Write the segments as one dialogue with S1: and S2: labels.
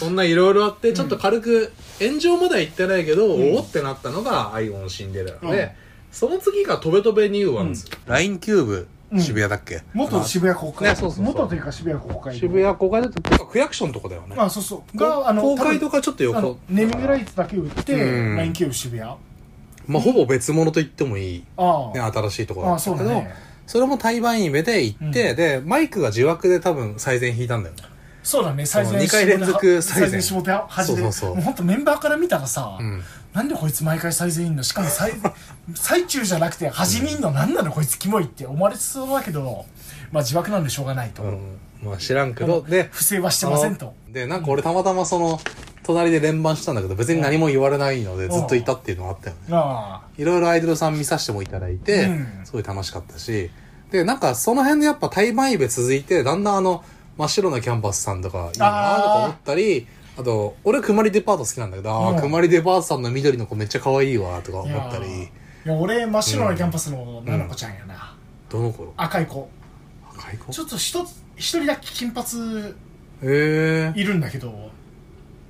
S1: そんないろいろあってちょっと軽く炎上までは行ってないけど、
S2: うん
S1: おおってなったのが「アイオンシンデレラで」
S2: うん
S1: その次が「とべとべニューアンズ」ラインキューブ
S2: うん
S1: 渋谷だっけ
S2: 元渋谷公
S1: ね
S2: 会
S1: そうそうそう
S2: 元というか渋谷公会
S1: 渋谷公会だと区役所のとこだよね
S2: あそうそうがあの
S1: 公会と
S2: か
S1: かちょっと
S2: あ
S1: 横
S2: のネーミングライツだけ売って
S1: うん
S2: ラインキューブ渋谷あ
S1: まあほぼ別物と言ってもいい、
S2: あ
S1: ね、新しいところ
S2: あ
S1: だ
S2: あ
S1: った
S2: そう
S1: け
S2: だ
S1: ど、
S2: ね
S1: それも台湾イベで行って、
S2: うん
S1: でマイクが自枠で多分最前弾いたんだよね
S2: そうだね最
S1: そう
S2: 前
S1: 二回連続最前
S2: 最前下手始め
S1: そ
S2: も
S1: うそうそう
S2: う本当メンバーから見たらさ
S1: うん
S2: なんでこいつ毎回最前いんのしかも最 最中じゃなくて端にいんのなんなのこいつキモいって思われてそうだけどまあ自爆なんでしょうがないと、
S1: うんまあ知らんけ
S2: あ
S1: ど
S2: の
S1: で
S2: 不正はしてませんと
S1: あのでなんか俺たまたまその隣で連番したんだけど別に何も言われないのでずっといたっていうのがあったよね
S2: あ
S1: いろいろアイドルさん見させてもいただいて、
S2: うん
S1: すごい楽しかったしでなんかその辺でやっぱ台湾イベ続いてだんだんあの真っ白なキャンバスさんとかいいなとか思ったりあと俺くまりデパート好きなんだけど、あ
S2: うん
S1: ーくまりデパートさんの緑の子めっちゃ可愛いわとか
S2: あ
S1: 思った
S2: いや
S1: り
S2: いや俺真っ白なキャンパスの奈々子ちゃんやな、
S1: どの頃
S2: 赤い子
S1: 赤い子
S2: ちょっと一つ一人だけ金髪
S1: えー、
S2: いるんだけど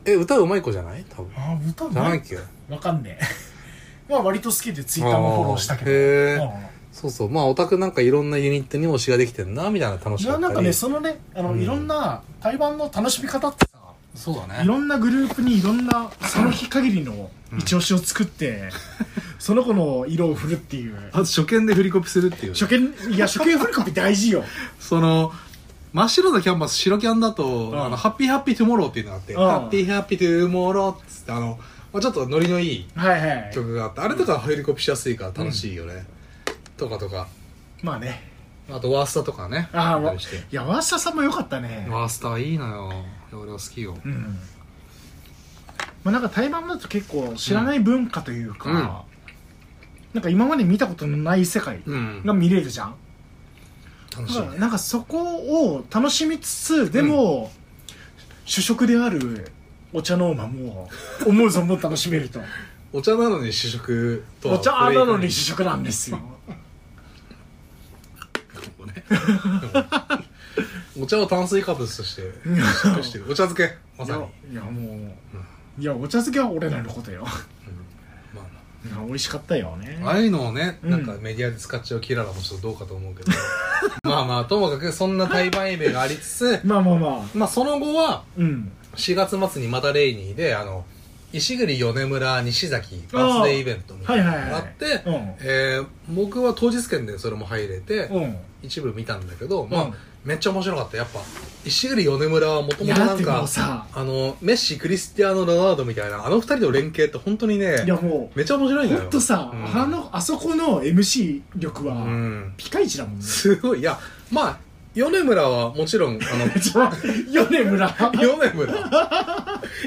S1: え歌うまい子じゃない多分
S2: ああ歌う
S1: じゃ
S2: ま
S1: ないいっけ
S2: わかんねえ まあ割と好きでツイッターもフォローしたけど
S1: あーへー
S2: うん
S1: そうそうまあオタクなんかいろんなユニットに推しができてんなみたいな楽し
S2: い
S1: かった
S2: や
S1: り
S2: なんかねそのねあの、
S1: うん
S2: いろんな台湾の楽しみ方ってさ
S1: そうだ
S2: いろんなグループにいろんなその日限りの一押しを作って、その子の色を振るっていう
S1: あと初見で振りコピするっていう
S2: 初見いや初見振り込み大事よ
S1: その真っ白なキャンバス白キャンだと、
S2: うん
S1: あのハッピーハッピートゥモローっていうのがあって、
S2: うん
S1: ハッピーハッピートゥモローっつってあの、まあ、ちょっとノリのいい
S2: はいはい
S1: 曲があってあれとかヘリコピしやすいから楽しいよね、とかとか
S2: まあね
S1: あとワースタとかね
S2: ああ
S1: やった
S2: わい
S1: りして
S2: やワーシャさんも良かったね
S1: ワースタはいいのよいや俺は好きよ
S2: うんまあなんか台湾だと結構知らない文化というか、
S1: うん
S2: なんか今まで見たことのない世界
S1: うん
S2: が見れるじゃん、
S1: 楽しい
S2: だから
S1: ね
S2: なんかそこを楽しみつつでも、主食であるお茶の馬も思う存分楽しめると
S1: お茶なのに主食 とは
S2: お茶なのに
S1: こ
S2: 主食なんですよ
S1: れ以外のねお茶を炭水化物として食してるお茶漬けま
S2: い
S1: さに
S2: やいやもう、いやお茶漬けは俺らのことよ
S1: まあまあ
S2: いや美味しかったよね
S1: ああいうのをね、
S2: うん
S1: なんかメディアで使っちゃうキララもちょっとどうかと思うけどまあまあともかくそんな台湾イベがありつつ
S2: まあまあまあ
S1: まあその後は
S2: うん
S1: 4月末にまたレイニーであの石栗米村西崎バースデーイベントみたいなのがあって、
S2: はいはいはいうん
S1: えー僕は当日券でそれも入れて、
S2: うん
S1: 一部見たんだけど、まあ
S2: うん
S1: めっちゃ面白かったやっぱ石栗米村はもと
S2: い
S1: も
S2: や
S1: とな
S2: だっ
S1: ん
S2: ても
S1: か
S2: うさ
S1: あのメッシクリスティアーノ・ロナウドみたいなあの二人の連携って本当にね
S2: いやもう
S1: めっちゃ面白いんだよ
S2: ほんとさ、
S1: うん
S2: あのあそこの MC 力
S1: う
S2: は
S1: ん
S2: ピカイチだもんね、
S1: すごい。いや、まあ、米村はもちろん、あ
S2: ちょ米村
S1: の、米村。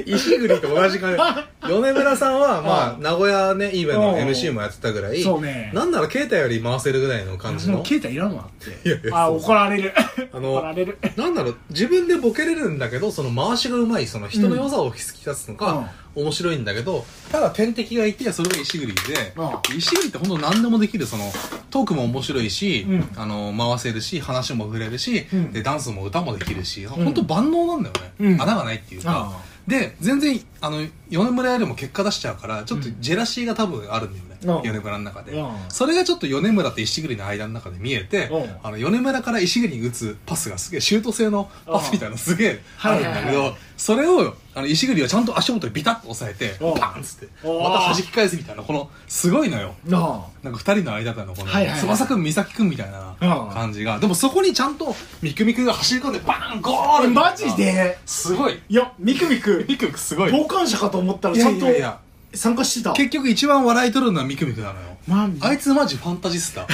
S1: 石栗と同じ感じ。米村さんは、まあ、
S2: う
S1: 名古屋ね、イベントの
S2: うん
S1: MC もやってたぐらい、
S2: そうね
S1: なんなら啓太より回せるぐらいの感じ
S2: も
S1: の
S2: う。携帯いらんわって
S1: いやいや
S2: あ
S1: そう
S2: 怒られる
S1: あの
S2: 怒られる
S1: なんだろう、自分でボケれるんだけど、その回しがうまい、その人の良さを引き立つのが、面白いんだけど、ただ天敵がいて、それが石栗で、
S2: う
S1: 石栗って本当何でもできる、その、トークも面白いし、
S2: うん
S1: あの、回せるし、話も触れるし、
S2: うん
S1: で、ダンスも歌もできるし、
S2: ん
S1: 本当万能なんだよね。
S2: うん
S1: 穴がないっていうか。で、全然、あの、米村よりも結果出しちゃうから、ちょっとジェラシーが多分あるんだよね。
S2: うん
S1: 米村の中で、
S2: うん
S1: それがちょっと米村と石栗の間の中で見えて、
S2: うん
S1: あの、米村から石栗に打つパスがすげえ、シュート性のパスみたいなのすげえあるんだ
S2: は
S1: け
S2: いはい
S1: ど
S2: はい、
S1: それをあの石栗はちゃんと足元でビタッと押さえて
S2: うん
S1: パーンっつって
S2: うん
S1: また弾き返すみたいなこのすごいのよ
S2: あ
S1: なんか二人の間だのこの
S2: はいはいはい
S1: 翼くん美咲くんみたいな
S2: うん
S1: 感じがでもそこにちゃんとミクミクが走り込んでバーンゴールみたいな
S2: マジです
S1: ごい
S2: いやミクミク
S1: ミクミクすごい
S2: 傍観者かと思ったら
S1: い
S2: ち
S1: や
S2: ゃん
S1: い
S2: と
S1: やいや
S2: 参加してた
S1: 結局一番笑い取るのはミクミクなのよ
S2: ま
S1: あ
S2: あ
S1: いつマジファンタジスタ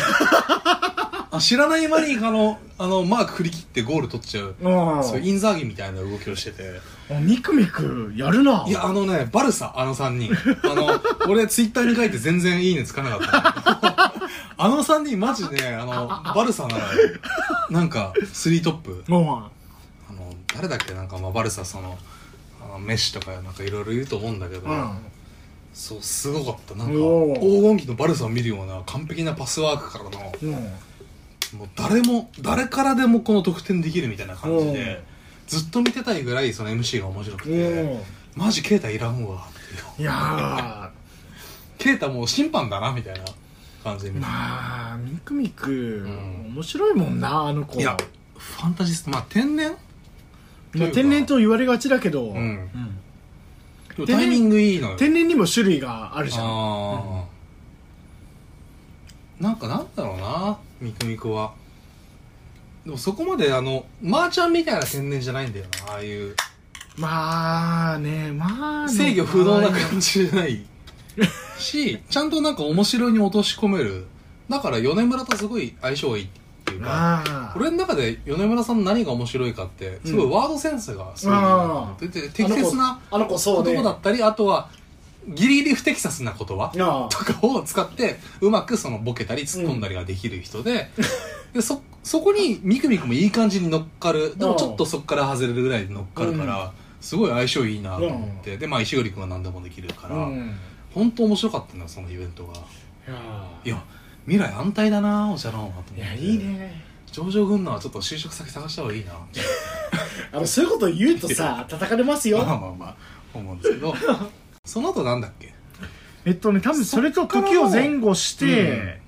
S1: あ知らない間にあのあのマーク振り切ってゴール取っちゃう
S2: うん
S1: そうインザーギみたいな動きをしてて
S2: ミクミクやるない
S1: や、あのね、バルサ、あの3人。あの、 俺、ツイッターに書いて全然いいねつかなかった。 あの3人、マジね、あの、バルサなのよ。なんか、3トップ。
S2: も
S1: あの、誰だっけなんか、まあ、バルサ、その、あのメッシとか、なんかいろいろいると思うんだけど、
S2: ううん
S1: そう、すごかった。なんか、
S2: おー
S1: 黄金期のバルサを見るような完璧なパスワークからの、
S2: うん
S1: もう誰も、誰からでもこの得点できるみたいな感じで、ずっと見てたいぐらいその MC が面白くて
S2: お
S1: マジ啓太いらんわっていう
S2: いやーま
S1: 啓太もう審判だなみたいな感じで見て
S2: あみくみく
S1: ん
S2: 面白いもんなあの子
S1: いやファンタジストまあ天然
S2: まあ天然と言われがちだけど、
S1: ん
S2: ん
S1: でもタイミングいいのよ
S2: 天然にも種類があるじゃん
S1: あーなんかなんだろうなみくみくはでもそこまであのマーちゃんみたいな天然じゃないんだよなああいう
S2: まあねまあね
S1: 制御不能な感じじゃないしちゃんとなんか面白いに落とし込めるだから米村とすごい相性がいいっていうか
S2: まあ
S1: 俺の中で米村さんの何が面白いかってすごいワードセンスがすごいなって、で適切な
S2: あの子あの子そうね
S1: 男だったりあとはギリギリ不適切な言葉
S2: あ
S1: とかを使ってうまくそのボケたり突っ込んだりができる人で,、でそそこにみくみくもいい感じに乗っかるでもちょっとそこから外れるぐらいに乗っかるから、すごい相性いいなと思って、でまあ石栗君は何でもできるから、
S2: うん
S1: 本当面白かったなそのイベントが
S2: いや
S1: いや未来安泰だなお茶の間と思って
S2: いやいいね
S1: 上場軍団はちょっと就職先探した方がいいなって
S2: あのそういうこと言うとさ叩かれますよ
S1: まあまあまあ思うんですけどその後なんだっけ
S2: えっとね、多分それと時を前後して、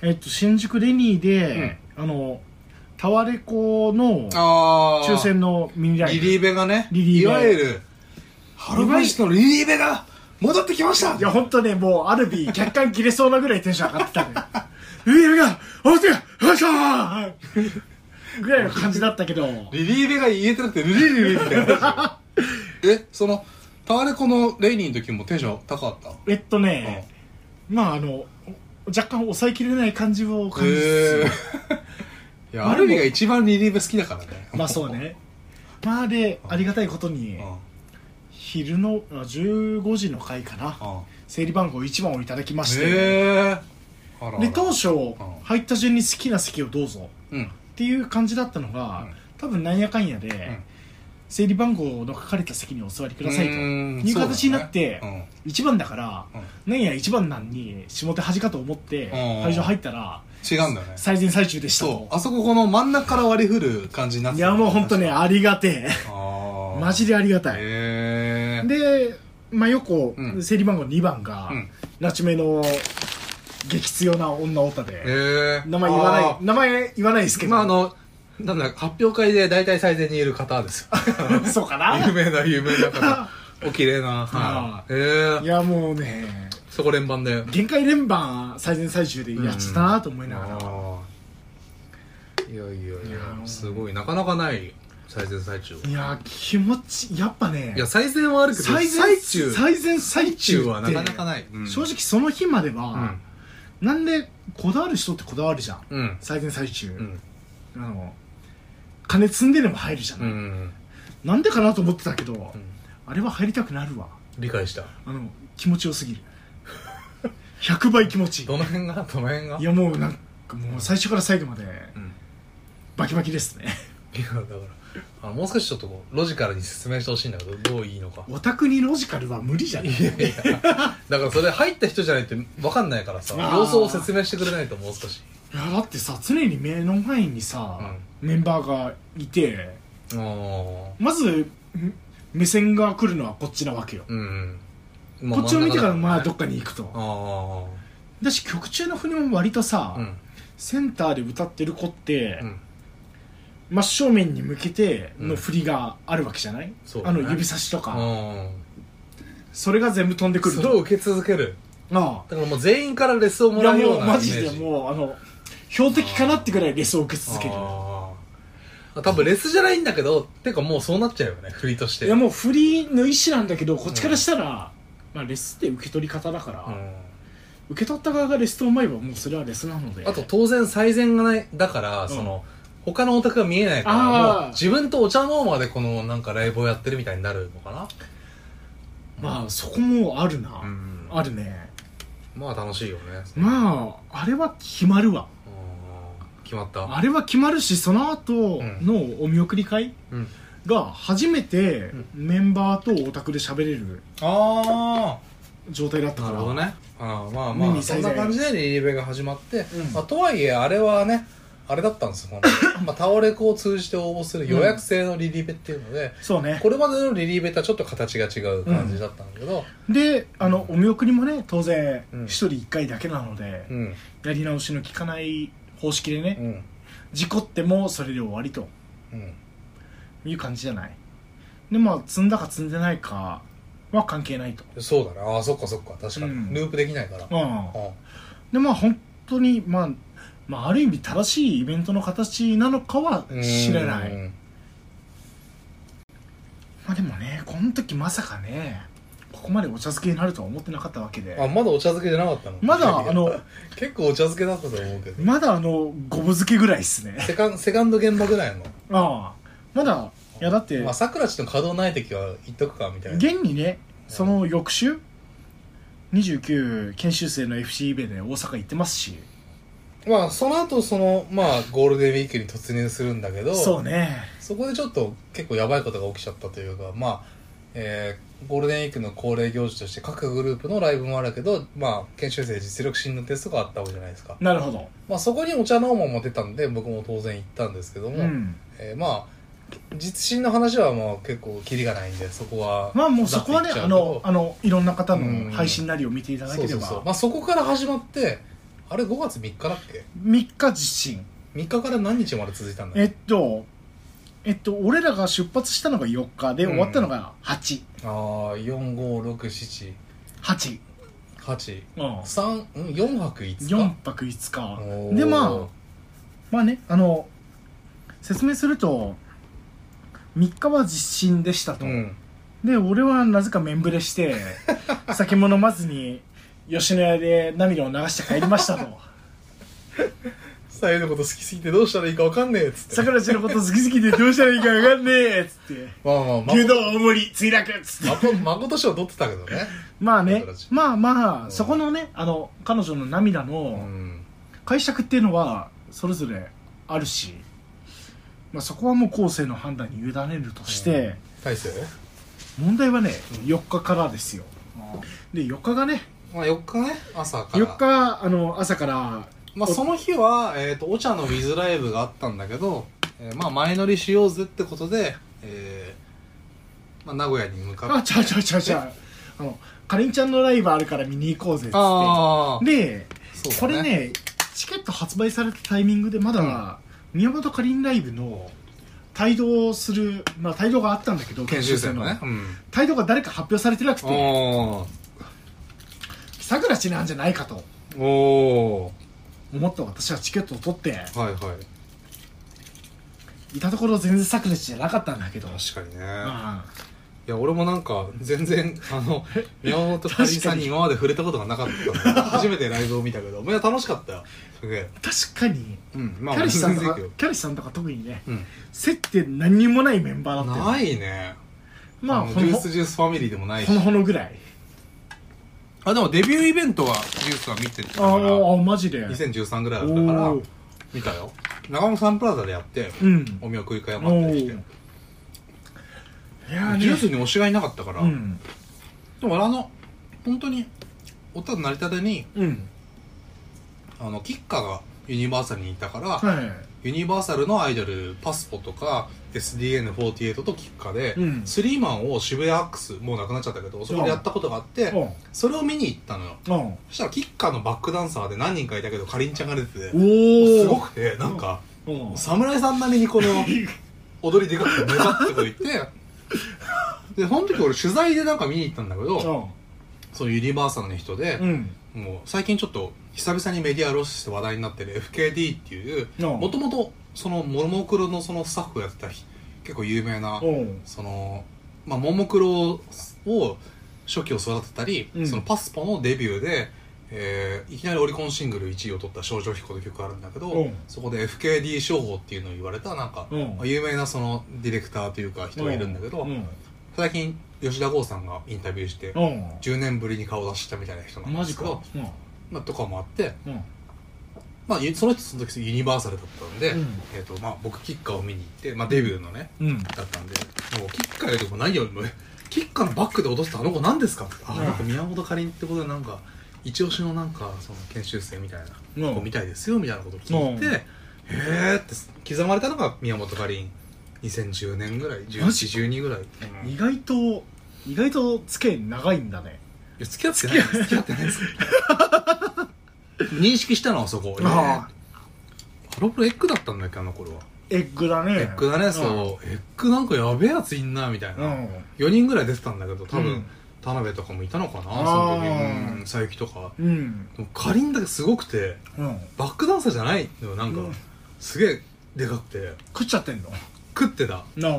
S2: えっと、新宿レニーで、あの、タワレコの
S1: あ
S2: 抽選のミニライ
S1: リ
S2: ブ。い
S1: リーベがね
S2: リリーベ
S1: いわゆるハロバイスのリリーベが戻ってきました
S2: や、ほんとね、もう、ア ルビー、客観切れそうなぐらいテンション上がってたね。うえ、うが、おせよっしゃーぐらいの感じだったけど、
S1: リリーベが言えてなくてリリリリみたいな えそのタワレコのレイニーの時もテンション高かった
S2: えっとね、まあ、あの、若干抑えきれない感じを感じ
S1: へ
S2: つ
S1: え
S2: つ、
S1: いやアルビが一番リリーベ好きだからね
S2: まあそうね。まあで、ありがたいこと
S1: う
S2: に
S1: ん、うん
S2: 昼のあ15時の回かな。整理番号1番をいただきまして、
S1: へえあらあら
S2: で当初
S1: ん
S2: 入った順に好きな席をどうぞ
S1: うん
S2: っていう感じだったのが、
S1: うん
S2: 多分なんやかんやで、
S1: ん
S2: 整理番号の書かれた席にお座りくださいと
S1: うーん
S2: いう形になって、
S1: そうだね
S2: 1番だから、なんや1番なんに下手端かと思って
S1: うん
S2: 会場入ったら
S1: うん、違うんだよね
S2: 最前最中でした
S1: そ
S2: と
S1: うあそここの真ん中から割り振る感じになって
S2: い
S1: た
S2: やもう本当ねありがて
S1: あ
S2: え
S1: ー
S2: マジでありがたい、
S1: へえ
S2: で、まあ、横、
S1: うん
S2: 整理番号2番が、
S1: うん
S2: 拉致めの激強な女オタで、
S1: へえ
S2: 名前言わない名前言わないですけど
S1: まああのなんだ発表会で大体最善にいる方ですよ
S2: そうかな
S1: 有名な有名な方 お綺麗な
S2: あ
S1: はいへ
S2: い
S1: え
S2: やもうね
S1: そこ連番だよ
S2: 限界連番最前最終でやってたなと思いながら、
S1: あーいやいやい
S2: いやも
S1: や
S2: う
S1: すごいなかなかない最善最中
S2: いや気持ちやっぱね
S1: いや最善はあるけど
S2: 最前
S1: 最中
S2: 最前最中
S1: 中
S2: って
S1: はなかなかないうん
S2: 正直その日までは、なんでこだわる人ってこだわるじゃん
S1: うん
S2: 最前最中、
S1: うん
S2: あの金積んででも入るじゃ、
S1: うんん
S2: なんでかなと思ってたけど、
S1: ん
S2: あれは入りたくなるわ
S1: 理解した
S2: あの気持ちよすぎる100倍気持ちいい
S1: どの辺がどの辺が
S2: いやもうなんかもう最初から最後まで
S1: うん
S2: バキバキですね
S1: いやだからあもう少しちょっとこうロジカルに説明してほしいんだけどどういいのか
S2: オタクにロジカルは無理じゃない
S1: いやいやだからそれ入った人じゃないと分かんないからさ
S2: あー
S1: 様子を説明してくれないともう少し
S2: いやだってさ常に目の前にさ、メンバーがいて
S1: ああ
S2: まずん目線が来るのはこっちなわけよ、
S1: うん
S2: こっちを見てからまあど
S1: ど
S2: っかに行くと
S1: あ
S2: だし曲中の振りも割とさ、
S1: あうん
S2: センターで歌ってる子って、
S1: うん
S2: 真正面に向けて
S1: う
S2: の
S1: ん
S2: 振りがあるわけじゃない、
S1: そうだ
S2: あ
S1: ね
S2: の指差しとか、
S1: うん
S2: それが全部飛んでくる
S1: それを
S2: と
S1: 受け続ける
S2: あ
S1: だからもう全員からレスを
S2: あ
S1: も
S2: いや
S1: らうよ
S2: も
S1: う
S2: う
S1: な
S2: マジ
S1: イメ
S2: で
S1: ージ
S2: もうあの標的かなってぐらいレスを受け続ける
S1: あー多分レスじゃないんだけどてかもうそうなっちゃうよね振りとして
S2: いやもう振りの意思なんだけどこっちからしたら、まあ、レスって受け取り方だから、
S1: うん
S2: 受け取った側がレスと思えばもうそれはレスなので
S1: あと当然最善がないだから、
S2: ん
S1: その他のオタクが見えないから
S2: あー
S1: もう自分とお茶の間でこのなんかライブをやってるみたいになるのかな
S2: まあそこもあるな、
S1: うん
S2: あるね
S1: まあ楽しいよねあ
S2: まああれは決まるわ
S1: 決まった
S2: あれは決まるしその後のお見送り会
S1: うん
S2: が初めて
S1: ん
S2: メンバーとオタクで喋れる
S1: あ
S2: 状態だった
S1: な
S2: か
S1: る
S2: ら
S1: ほどねあーまあ
S2: 目
S1: まあ
S2: に
S1: そ
S2: 最
S1: ん
S2: 善
S1: な感じでリリベが始まって、
S2: うん
S1: まあ、とはいえあれはねあれだったんですよ このまあタオレコを通じて応募する予約制のリリベっていうので、
S2: そうね
S1: これまでのリリベとはちょっと形が違う感じだったんだけど、
S2: であのお見送りもね当然
S1: うん
S2: 一人一回だけなので、
S1: うん
S2: やり直しの効かない方式で
S1: う
S2: ね、
S1: ん
S2: 事故ってもそれで終わりと
S1: うん
S2: いう感じじゃないでまあ積んだか積んでないかは関係ないと
S1: そうだねああそっかそっか確かに、
S2: うん
S1: ループできないから、
S2: うん
S1: あ
S2: でまあ本当にまあまあ、ある意味正しいイベントの形なのかは
S1: うん
S2: 知らない、
S1: うん
S2: まあでもねこの時まさかねここまでお茶漬けになるとは思ってなかったわけで
S1: あまだお茶漬けじゃなかったの
S2: まだあの
S1: 結構お茶漬けだったと思うけど
S2: まだあのごぼ漬けぐらいっすね
S1: セカンセカンド現場ぐらいの
S2: ああまだいやだって、
S1: まあ桜地の稼働ない時は言っとくかみたいな
S2: 現にねその翌週29研修生の FC イベで大阪行ってますし
S1: まあその後そのまあゴールデンウィークに突入するんだけど
S2: そうね
S1: そこでちょっと結構やばいことが起きちゃったというかまあえーゴールデンウィークの恒例行事として各グループのライブもあるけど、まあ、研修生実力診断テストがあったわけじゃないですか、
S2: なるほど
S1: まあ、そこにお茶の門も出たんで僕も当然行ったんですけども、
S2: うん
S1: えーまあ実診の話はもう結構キリがないんでそこは
S2: まあもうそこはね
S1: だって言っちゃ
S2: あ
S1: う
S2: の
S1: と
S2: あのいろんな方
S1: うん
S2: の配信なりを見ていただ
S1: そ
S2: け
S1: う
S2: れ
S1: そう
S2: ば
S1: そう、まあ、そこから始まってあれ5月3日だっけ
S2: 3日実進
S1: 3日から何日まで続いたんだ
S2: えっとえっと俺らが出発したのが4日で終わったのが8、
S1: ああ45678
S2: 8、うん、
S1: 34泊5日
S2: 4泊5
S1: お
S2: 日
S1: ー
S2: でまあまあねあの説明すると3日は実心でしたと、
S1: うん
S2: で俺はなぜか面ぶれして 酒も飲まずに吉野家で涙を流して帰りまし たと
S1: さゆのこと好きすぎてどうしたらいいか分かんねえっつって
S2: 桜ちゃんのこと好き好きでどうしたらいいか分かんねえっつって
S1: まあまあま
S2: 牛丼大盛り墜落っつって
S1: あまことしを取ってたけどね
S2: まあね
S1: 桜ちゃん
S2: まあま
S1: う
S2: あ
S1: ん
S2: そこのねあの彼女の涙
S1: う
S2: の
S1: ん
S2: 解釈っていうのはそれぞれあるし、まあ、そこはもう後世の判断に委ねるとして、
S1: 大勢
S2: 問題はね4日からですよで4日がね
S1: まあ4日ね朝から
S2: 4日あの朝から
S1: まあ、その日は、えー、とお茶のウィズライブがあったんだけど、えーまあ、前乗りしようぜってことで、えーまあ、名古屋に向か
S2: あ
S1: って
S2: ちゃうちゃうちゃうちゃうあのかりんちゃんのライブあるから見に行こうぜっつっ
S1: ああ
S2: てで、
S1: そうだ
S2: これねチケット発売されたタイミングでまだ、宮本かりんライブの帯同するまあ帯同があったんだけど
S1: 研修生のねうん
S2: 帯同が誰か発表されてなくて
S1: おー
S2: さくらちなんじゃないかと
S1: お
S2: 思った私はチケットを取って
S1: ーはいはい
S2: いたところ全然さくらちじゃなかったんだけど
S1: 確かにね
S2: うん
S1: いや俺もなんか全然あの宮本かりんさんに今まで触れたことがなかったの初めてライブを見たけどいや楽しかったよすげえ
S2: 確かに
S1: うん
S2: キ
S1: まあ
S2: ャリ
S1: 全
S2: スさん
S1: 然
S2: と
S1: 行
S2: か
S1: くよ、
S2: キャリスさんとか特にね、
S1: うん、
S2: 接点何にもないメンバーだったよね
S1: ないね
S2: まあ、
S1: の
S2: ほ
S1: ジュー
S2: のほ
S1: スジュースファミリーでもないし
S2: ほのほのぐらい。
S1: あでもデビューイベントはジュースは見てた
S2: あ
S1: から
S2: あ、マジで。
S1: 2013ぐらいだったから
S2: おー
S1: 見たよ長野サンプラザでやって、
S2: うん。
S1: お見送り会もあ
S2: お
S1: った
S2: ー
S1: りし
S2: い
S1: て
S2: やね
S1: ジュースに推しがいなかったから、
S2: うん。
S1: でもあの本当におったなりたてに
S2: うん。
S1: あのキッカがユニバーサルにいたから、
S2: は
S1: ユニバーサルのアイドルパスポとか SDN48 とキッカで、
S2: うん
S1: スリーマンを渋谷アックスもうなくなっちゃったけどそこでやったことがあって、
S2: い。おう
S1: それを見に行ったのよ
S2: おう
S1: そしたらキッカのバックダンサーで何人かいたけどかりんちゃんが出てて
S2: おー
S1: すごくてなんか
S2: おう
S1: 侍さんなりにこ の踊りでかくて目立ってと言ってでその時俺取材でなんか見に行ったんだけど
S2: お
S1: そのユニバーサルの人で
S2: う、うん。
S1: もう最近ちょっと久々にメディアロスして話題になってる FKD っていう
S2: おう
S1: もともとそのももクロのそのスタッフをやってた人結構有名な
S2: おう
S1: そのまあももクロを初期を育てたり、
S2: うん
S1: そのパスポのデビューで、えーいきなりオリコンシングル1位を取った「少女彦」の曲があるんだけど、
S2: うん
S1: そこで FKD 商法っていうのを言われたなんか、
S2: うん
S1: まあ有名なそのディレクターというか人がいるんだけど、
S2: うん。
S1: 最近吉田剛さんがインタビューして、
S2: おう
S1: 10年ぶりに顔出したみたいな人なん
S2: マ
S1: で
S2: ジ
S1: すけ
S2: か。
S1: ど、
S2: うん。
S1: まあ、とかもあって、
S2: うん。
S1: まあ、ゆその人その時ユニバーサルだったんで、
S2: うん
S1: えーとまあ、僕キッカーを見に行って、まあ、デビューのね
S2: うん。
S1: だったんでもうキッカーよりも何よりもキッカーのバックで落としたあの子何ですかってあ
S2: うん
S1: なんか宮本かりんってことでなんか一押しのなんかその研修生みたいな
S2: うん
S1: 子みたいですよみたいなことを聞いて、へえって刻まれたのが宮本かりん2010年ぐらい
S2: マジ
S1: 1112ぐらい、うん
S2: 意外と意外と付き合い長いんだね
S1: いや付き合ってない付き合ってないです 認識したのはそこ
S2: あ
S1: あロプロエッグだったんだっけあの頃は、
S2: エッグだね
S1: エッグだねそう、エッグなんかやべえやついんなみたい
S2: うん、う
S1: な、
S2: ん
S1: 4人ぐらい出てたんだけど多分、
S2: うん
S1: 田辺とかもいたのかなその
S2: あ
S1: 時
S2: ー
S1: うん佐伯とか
S2: うん
S1: でもかりんだけすごくて
S2: うん、
S1: バックダンサーじゃないのよなんか、
S2: うん
S1: すげえでかくて
S2: 食っちゃってんの
S1: 食ってた
S2: なあ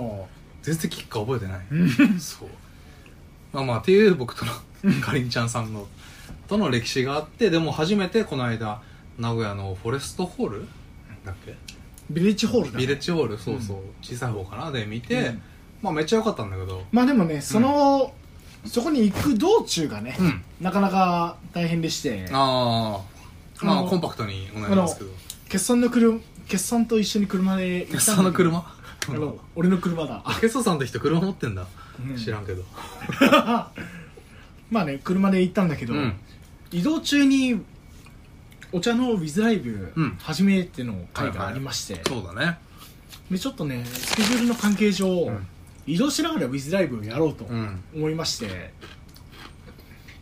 S1: 全然キッカー覚えてないそうまあまあっていう僕とのかりんちゃんさんのとの歴史があってでも初めてこの間名古屋のフォレストホールだっけ
S2: ビレッジホールだね、
S1: ビレッジホールそうそう、小さい方かなで見て、
S2: うん
S1: まあめっちゃ良かったんだけど
S2: まあでもねその、そこに行く道中がね、
S1: うん
S2: なかなか大変でして
S1: ああま
S2: あ
S1: あ
S2: の
S1: コンパクトにお願いしますけど
S2: 決算の車決算と一緒に車で 行ったんだけど
S1: ゲストさんの車
S2: あの俺の車だ、
S1: ゲストさんって人車持ってんだ知ら
S2: ん
S1: んけど
S2: まあね車で行ったんだけ
S1: う
S2: ど、
S1: ん
S2: 移動中にお茶のウィズライブ
S1: うん
S2: 初めての会がありまして、
S1: そうだね
S2: でちょっとねスケジュールの関係上、
S1: ん
S2: 移動しながらウィズライブをやろうと
S1: うん
S2: 思いまして、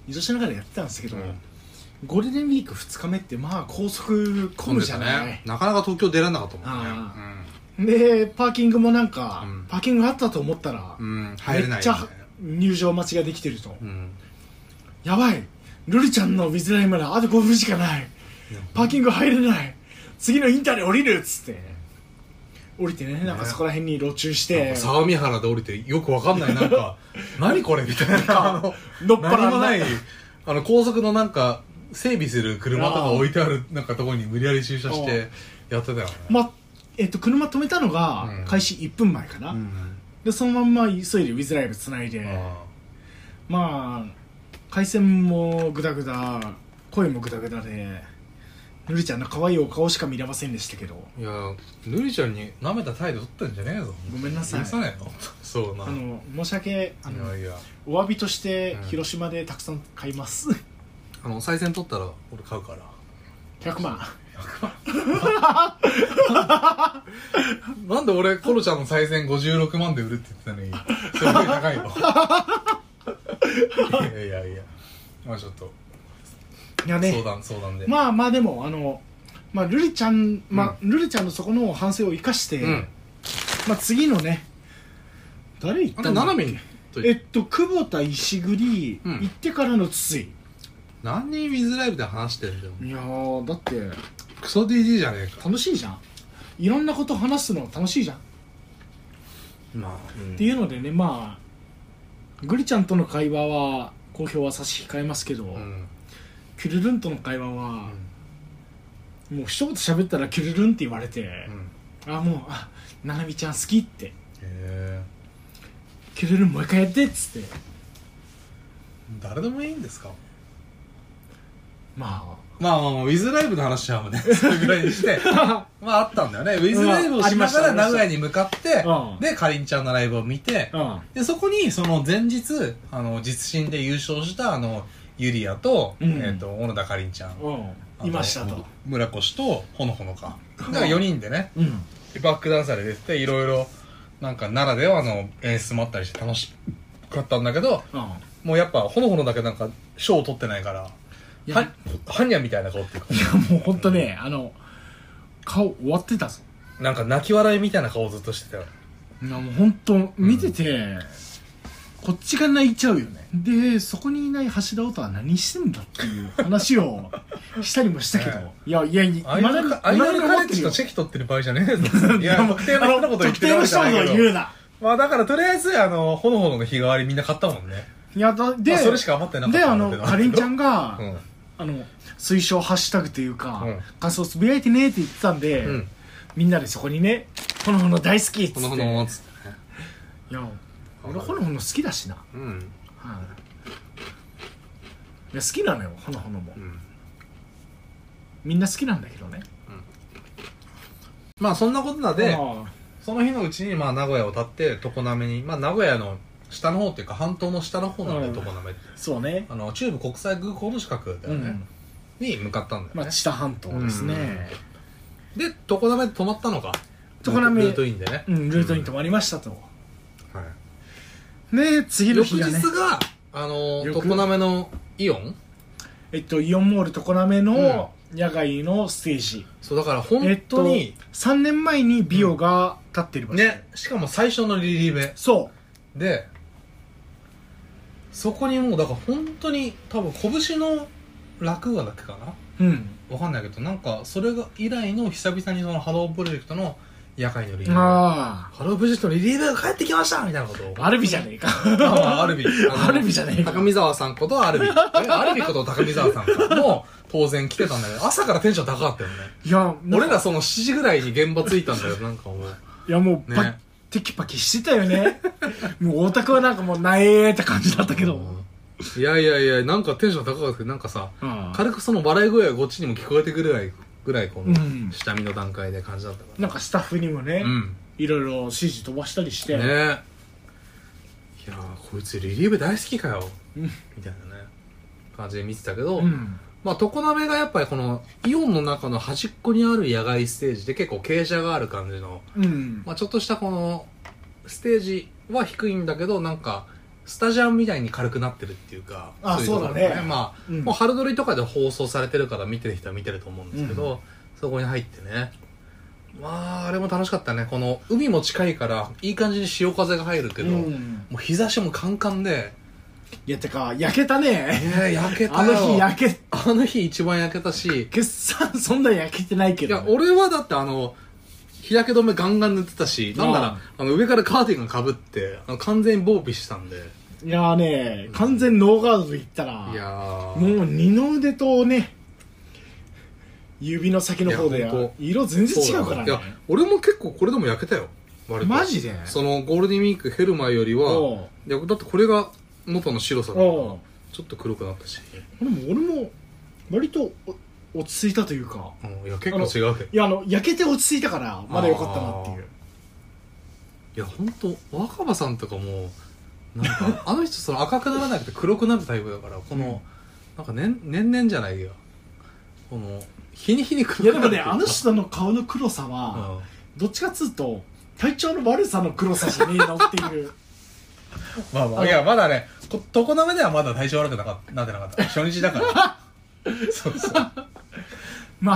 S2: 移動しながらやってたんですけど、
S1: うん
S2: ゴールデンウィーク2日目ってまあ高速混むじゃない、
S1: なかなか東京出られなかったもんね
S2: あでパーキングもなんか、
S1: うん
S2: パーキングあったと思ったら、
S1: うんうん入れ
S2: め
S1: ない
S2: っち
S1: よ
S2: ゃ
S1: ね
S2: 入場待ちができてると、
S1: うん
S2: やばいルルちゃんの水ラインまであと5分しかないパーキング入れない次のインターで降りるっつって降りてねなんかそこら辺に路駐して
S1: 相模原で降りてよくわかんないなん か何これみたいなあの
S2: のっぱら
S1: 何もないあの高速のなんか整備する車とか置いてあるなんかところに無理やり駐車してやってたよね
S2: まえっと車止めたのが
S1: うん
S2: 開始1分前かな、
S1: うん
S2: でそのまんま急いでウィズライブつないで、
S1: あ
S2: まあ回線もグダグダ声もグダグダでルルちゃんの可愛いお顔しか見れませんでしたけど
S1: ーいやルリちゃんに舐めた態度取ってんじゃねえぞ
S2: ごめんなさい
S1: 許さないのそうな
S2: あの申し訳あの
S1: いやいや
S2: お詫びとして
S1: うん
S2: 広島でたくさん買い ます、
S1: あのお賽銭取ったら俺買うから
S2: 100万
S1: なんで俺コロちゃんの賽銭56万で売るって言ってたのにそれより高い のいやいやいやまあちょっと
S2: いや
S1: 相
S2: ね
S1: 談相談で
S2: まあまあでもあのまあルリちゃんまあ、ルリちゃんのそこの反省を生かして、
S1: うん
S2: まあ次のね誰行っ
S1: あ
S2: た
S1: れ
S2: んだ
S1: 斜めにと
S2: えっと久保田石栗、
S1: うん
S2: 行ってからの筒井
S1: 何人ウィズライブで話してんだよ
S2: いやーだって
S1: クソ DD じゃねえか
S2: 楽しいじゃんいろんなこと話すの楽しいじゃん、
S1: まあ、
S2: っていうのでねまあグリちゃんとの会話は公表は差し控えますけど、
S1: うん
S2: キュルルンとの会話は、もう一言喋ったらキュルルンって言われて、
S1: うん
S2: あもうあななみちゃん好きって
S1: へえ
S2: キュルルンもう一回やってっつって
S1: 誰でもいいんですか
S2: ま
S1: まあまあまあウィズライブの話はもうね それぐらいにして
S2: あ
S1: まああったんだよねウィズライブをしなが
S2: う
S1: ら名
S2: んありました
S1: 古屋に向かって
S2: うん
S1: でかりんちゃんのライブを見て
S2: うん
S1: でそこにその前日あの実審で優勝したあのユリアと,、
S2: うん
S1: えっと小野田かりんちゃん
S2: うんいました
S1: あ
S2: と
S1: の村越とほのほのかだから
S2: うん
S1: 4人でね
S2: うん
S1: バックダンサーで出てていろいろなんかならではの演出もあったりして楽しかったんだけど
S2: うん
S1: もうやっぱほのほのだけなんか賞を取ってないから
S2: いや
S1: ははんにゃみたいな顔っていうか
S2: いやもうほんとねあの顔終わってたぞ
S1: なんか泣き笑いみたいな顔をずっとしてたよ
S2: いやもうほんと見てて、こっちが泣いちゃうよねでそこにいない橋田音は何してんだっていう 話をしたりもしたけど、
S1: ね
S2: いやいやい
S1: アイド
S2: だ
S1: ル
S2: に
S1: カアイドルカ
S2: 未だに
S1: レッ
S2: 思ってる
S1: ジ
S2: よ
S1: とチェキ取ってる場合じゃねえぞいや
S2: あの
S1: 特定の人のこと言ってるわけじゃない
S2: 特
S1: けど
S2: 定の人のこと言うな
S1: まあだからとりあえずあのほのほのの日替わりみんな買ったもんね
S2: いやだで、
S1: まあそれしか余ってなかった
S2: であ
S1: んだ
S2: の
S1: けど
S2: かりんちゃんが、
S1: うん
S2: あの推奨ハッシュタグというか、
S1: うん
S2: 感想つぶやいてねって言ってたんで、
S1: うん
S2: みんなでそこにね「ほのほの大好き」っつって
S1: ほのほのっつってね
S2: いや俺ほのほの好きだしな、
S1: うん
S2: はいいや好きなのよほのほのも、
S1: うん
S2: みんな好きなんだけどね
S1: まあそんなことなで
S2: あ
S1: その日のうちにまあ名古屋を立って常滑にまあ名古屋の下の方っていうか半島の下の方なんで
S2: うん
S1: 常滑って
S2: あそうね
S1: あの中部国際空港の近くだ
S2: う
S1: よね
S2: ん
S1: に向かったんだよ
S2: まあ
S1: ね
S2: 知多半島ですね、
S1: で床滑で止まったのか
S2: 常滑
S1: ルートインでね、
S2: うん、ルートに止まりましたと。
S1: はい、
S2: ね次の
S1: 翌
S2: 日
S1: 日
S2: がね、
S1: があの
S2: 翌
S1: 床滑のイオン
S2: えっと、イオンモール常滑の野外のステージ。
S1: そうだから本
S2: えっ
S1: 当
S2: と、
S1: に、
S2: 3年前にビオが立ってる場所。
S1: ねしかも最初のリリーベ
S2: そ
S1: でそこにもうだから本当に多分拳の落語だっけかな
S2: う。うん。
S1: わかんないけどなんかそれが以来の久々にそのハロープロジェクトの夜会のリリーベハ
S2: あ
S1: ロープロジェクトのリリーベが帰ってきましたみたいなことを
S2: あ。アルビじゃねえか。
S1: まあまあアルビあの
S2: アルビじゃねえか
S1: 高見沢さんことアルビえアルビこと高見沢さんかも当然来てたんだけど朝からテンション高かったよね
S2: いや、なんか
S1: 俺らその7時ぐらいに現場着いたんだよなんかお前
S2: いやもうパ、
S1: ね
S2: テキパキしてた よねもうオタクはなんかもうなえーって感じだったけど、
S1: いやいやいやなんかテンション高かったけどなんかさ
S2: うん
S1: 軽くその笑い声がこっちにも聞こえてくるぐらいぐらいこ
S2: う
S1: の
S2: ん
S1: 下見の段階で感じだったか
S2: なんかスタッフにもね、
S1: らうん
S2: いろいろ指示飛ばしたりして、
S1: ねいやーこいつリリーベ大好きかよ
S2: うん
S1: みたいなね感じで見てたけど、
S2: うん
S1: まあ、常滑がやっぱりこのイオンの中の端っこにある野外ステージで結構傾斜がある感じの、
S2: うん
S1: まあ、ちょっとしたこのステージは低いんだけどなんかスタジアムみたいに軽くなってるっていうか
S2: あ
S1: いところ
S2: そうだね
S1: まあ
S2: うん
S1: もう春撮りとかで放送されてるから見てる人は見てると思うんですけど、そこに入ってねまああれも楽しかったねこの海も近いからいい感じに潮風が入るけど、も
S2: ん
S1: う日差しもカンカンで、
S2: いやてか焼けたね
S1: ねえ焼けた
S2: あの
S1: よ
S2: 日焼け
S1: あの日一番焼けたし
S2: 決算そんな焼けてないけ
S1: い
S2: ど
S1: や、俺はだってあの、日焼け止めガンガン塗ってたし、なんなら
S2: あ、
S1: あの、上からカーテンが被って、あの、完全に防備してたんで。
S2: いやーね完全ノーガードでいったら
S1: いやー。
S2: もう二の腕とね指の先の方
S1: い
S2: で
S1: やほんと
S2: 色全然違うから
S1: い
S2: ね
S1: や、俺も結構これでも焼けたよ。割と
S2: マジで
S1: その、ゴールデンウィークヘルマーよりは、
S2: お
S1: いや、だってこれが元の白さ
S2: う
S1: だから、ち
S2: おう
S1: ょっと黒くなったし。
S2: 俺も俺も割とお落ち着いたというか
S1: うん、いや、結構違うけど。
S2: いやあの焼けて落ち着いたからまだ良かったなっていう
S1: いや、ほんと、若葉さんとかも、なんか、あの人その赤くならなくて黒くなるタイプだから、この、なんか年、年々じゃないよ。この、日に日に黒
S2: い
S1: くな
S2: やで
S1: る
S2: も
S1: って
S2: ね
S1: いうか
S2: あの人の顔の黒さは、どっちかっつうと体調の悪さの黒さじゃねえのっていう
S1: まあまあ、いや、まだね、こ床滑ではまだ体調悪くなかなってなかった。初日だ から。そうそう。
S2: ま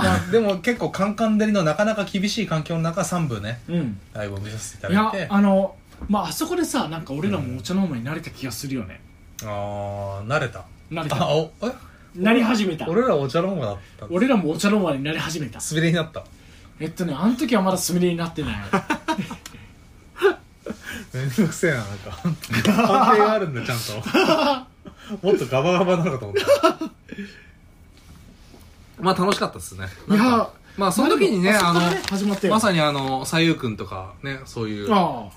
S1: ま
S2: あ
S1: あ、でも結構カンカン照りのなかなか厳しい環境の中3部ね、
S2: うん
S1: ライブを見させていた
S2: い
S1: だい
S2: や
S1: て。あ
S2: あのまああそこでさなんか俺らもお茶の間に慣れた気がするよね、
S1: あー、慣れた。
S2: 慣れ
S1: あ、
S2: た
S1: お、え
S2: なり始めた俺
S1: 俺らお茶の間だった。
S2: らもお茶の間になり始めた
S1: 滑りになった。
S2: えっとねあの時はまだすみれになって ない
S1: めんどくせえな、なんか。関係があるんだ、ちゃん と。もっとガバガバなのかと思った。まあ楽しかったっすね。
S2: いや
S1: まあその時にね、あ
S2: そこから
S1: の、
S2: 始まったよ
S1: まさにあの、さゆうくんとかね、そういう、
S2: ああ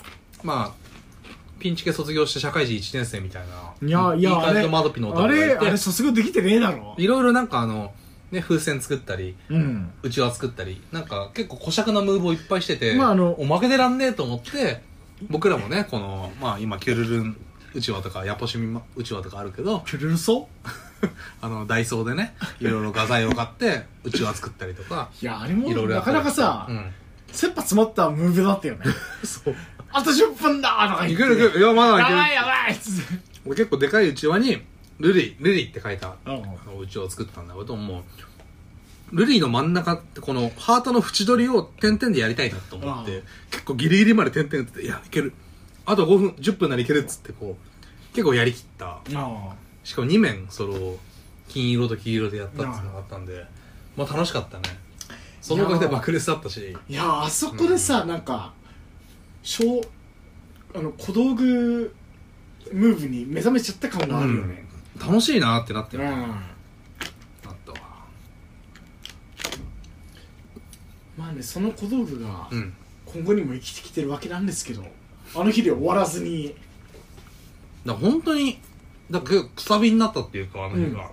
S1: まあ、ピンチ系卒業して社会人1年生みたいな。
S2: いやいやあ
S1: 感じ
S2: れ
S1: のマドピの
S2: あ
S1: がい
S2: れ
S1: て
S2: あれ卒業できてねえだろ
S1: いろいろなんかあの、ね、風船作ったり、
S2: うん
S1: うちわ作ったり、なんか結構小尺なムーブをいっぱいしてて、
S2: まああの
S1: おまけでらんねえと思って、僕らもね、この、まあ今、キュルルンうちわとか、ヤポシミうちわとかあるけど、
S2: キュルルソ
S1: あの、ダイソーでね、いろいろ画材を買って、うちわ作ったりとか、
S2: いやあれも
S1: いろいろや
S2: な
S1: った
S2: か
S1: り
S2: なかさ、
S1: うん。
S2: 切羽詰まったムーブだっ たよね
S1: そう。
S2: あと10分だーとか言
S1: い
S2: って
S1: けるいける、いや、まだい
S2: や
S1: ける。
S2: ばいやばいっつって
S1: 俺結構でかいうちわに、ルリ、ルリって書いた、
S2: うん
S1: あのうちわを作ったんだけど、もう、ルリの真ん中って、このハートの縁取りを点々でやりたいなと思っ
S2: う
S1: て
S2: ん、
S1: 結構ギリギリまで点々打ってて、いや、いける。あと5分、10分ならいけるっつって、こう、結構やりきった。
S2: あ
S1: しかも2面、それを、金色と黄色でやったっていうのがあったんで、まあ楽しかったね。そのおかげで爆裂だったし、
S2: いやあそこでさ、なんか小あの小道具ムーブに目覚めちゃった感があるよね
S1: 楽しいなってなって
S2: うん、
S1: る。なったわ。
S2: まあねその小道具が
S1: うん。
S2: 今後にも生きてきてるわけなんですけどあの日で終わらずに
S1: だから本当にだから結構くさびになったっていうかあの日が、
S2: う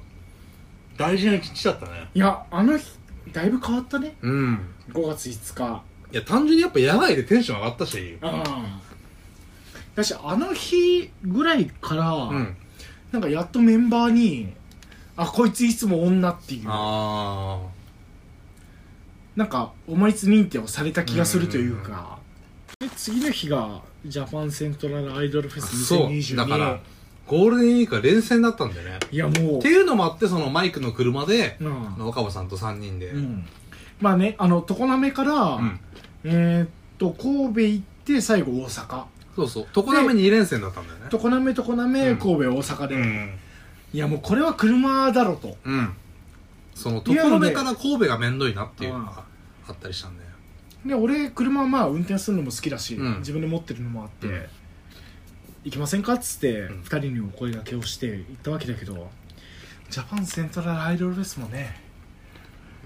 S1: 大事な一日だったね
S2: いやあの日だいぶ変わったね
S1: うん
S2: 5月5日
S1: いや単純にやっぱ野外でテンション上がったし
S2: うんだしあの日ぐらいから、
S1: うん
S2: なんかやっとメンバーにあこいついつも女っていう
S1: あ
S2: なんかお前つ認定をされた気がするというか、で次の日がジャパンセントラルアイドルフェス
S1: そう
S2: 2022
S1: だからゴールデンウィークは連戦だったんだよね
S2: いやもう
S1: っていうのもあってそのマイクの車で
S2: うん
S1: 若葉さんと3人で、
S2: うんまあねあの常滑から、
S1: うん
S2: えーっと神戸行って最後大阪
S1: そうそう常滑2連戦だったんだよね
S2: 常滑常
S1: う
S2: 滑
S1: ん
S2: 神戸大阪で、
S1: うん
S2: いやもうこれは車だろと
S1: うんその
S2: い
S1: 常
S2: や
S1: 滑から神戸が面倒いなっていうのがあったりしたんだよ
S2: で俺車まあ運転するのも好きだし、
S1: うん
S2: 自分で持ってるのもあって、
S1: うん
S2: 行きませんかっつって
S1: ん
S2: 2人にお声掛けをして行ったわけだけどジャパンセントラルアイドルフェスもね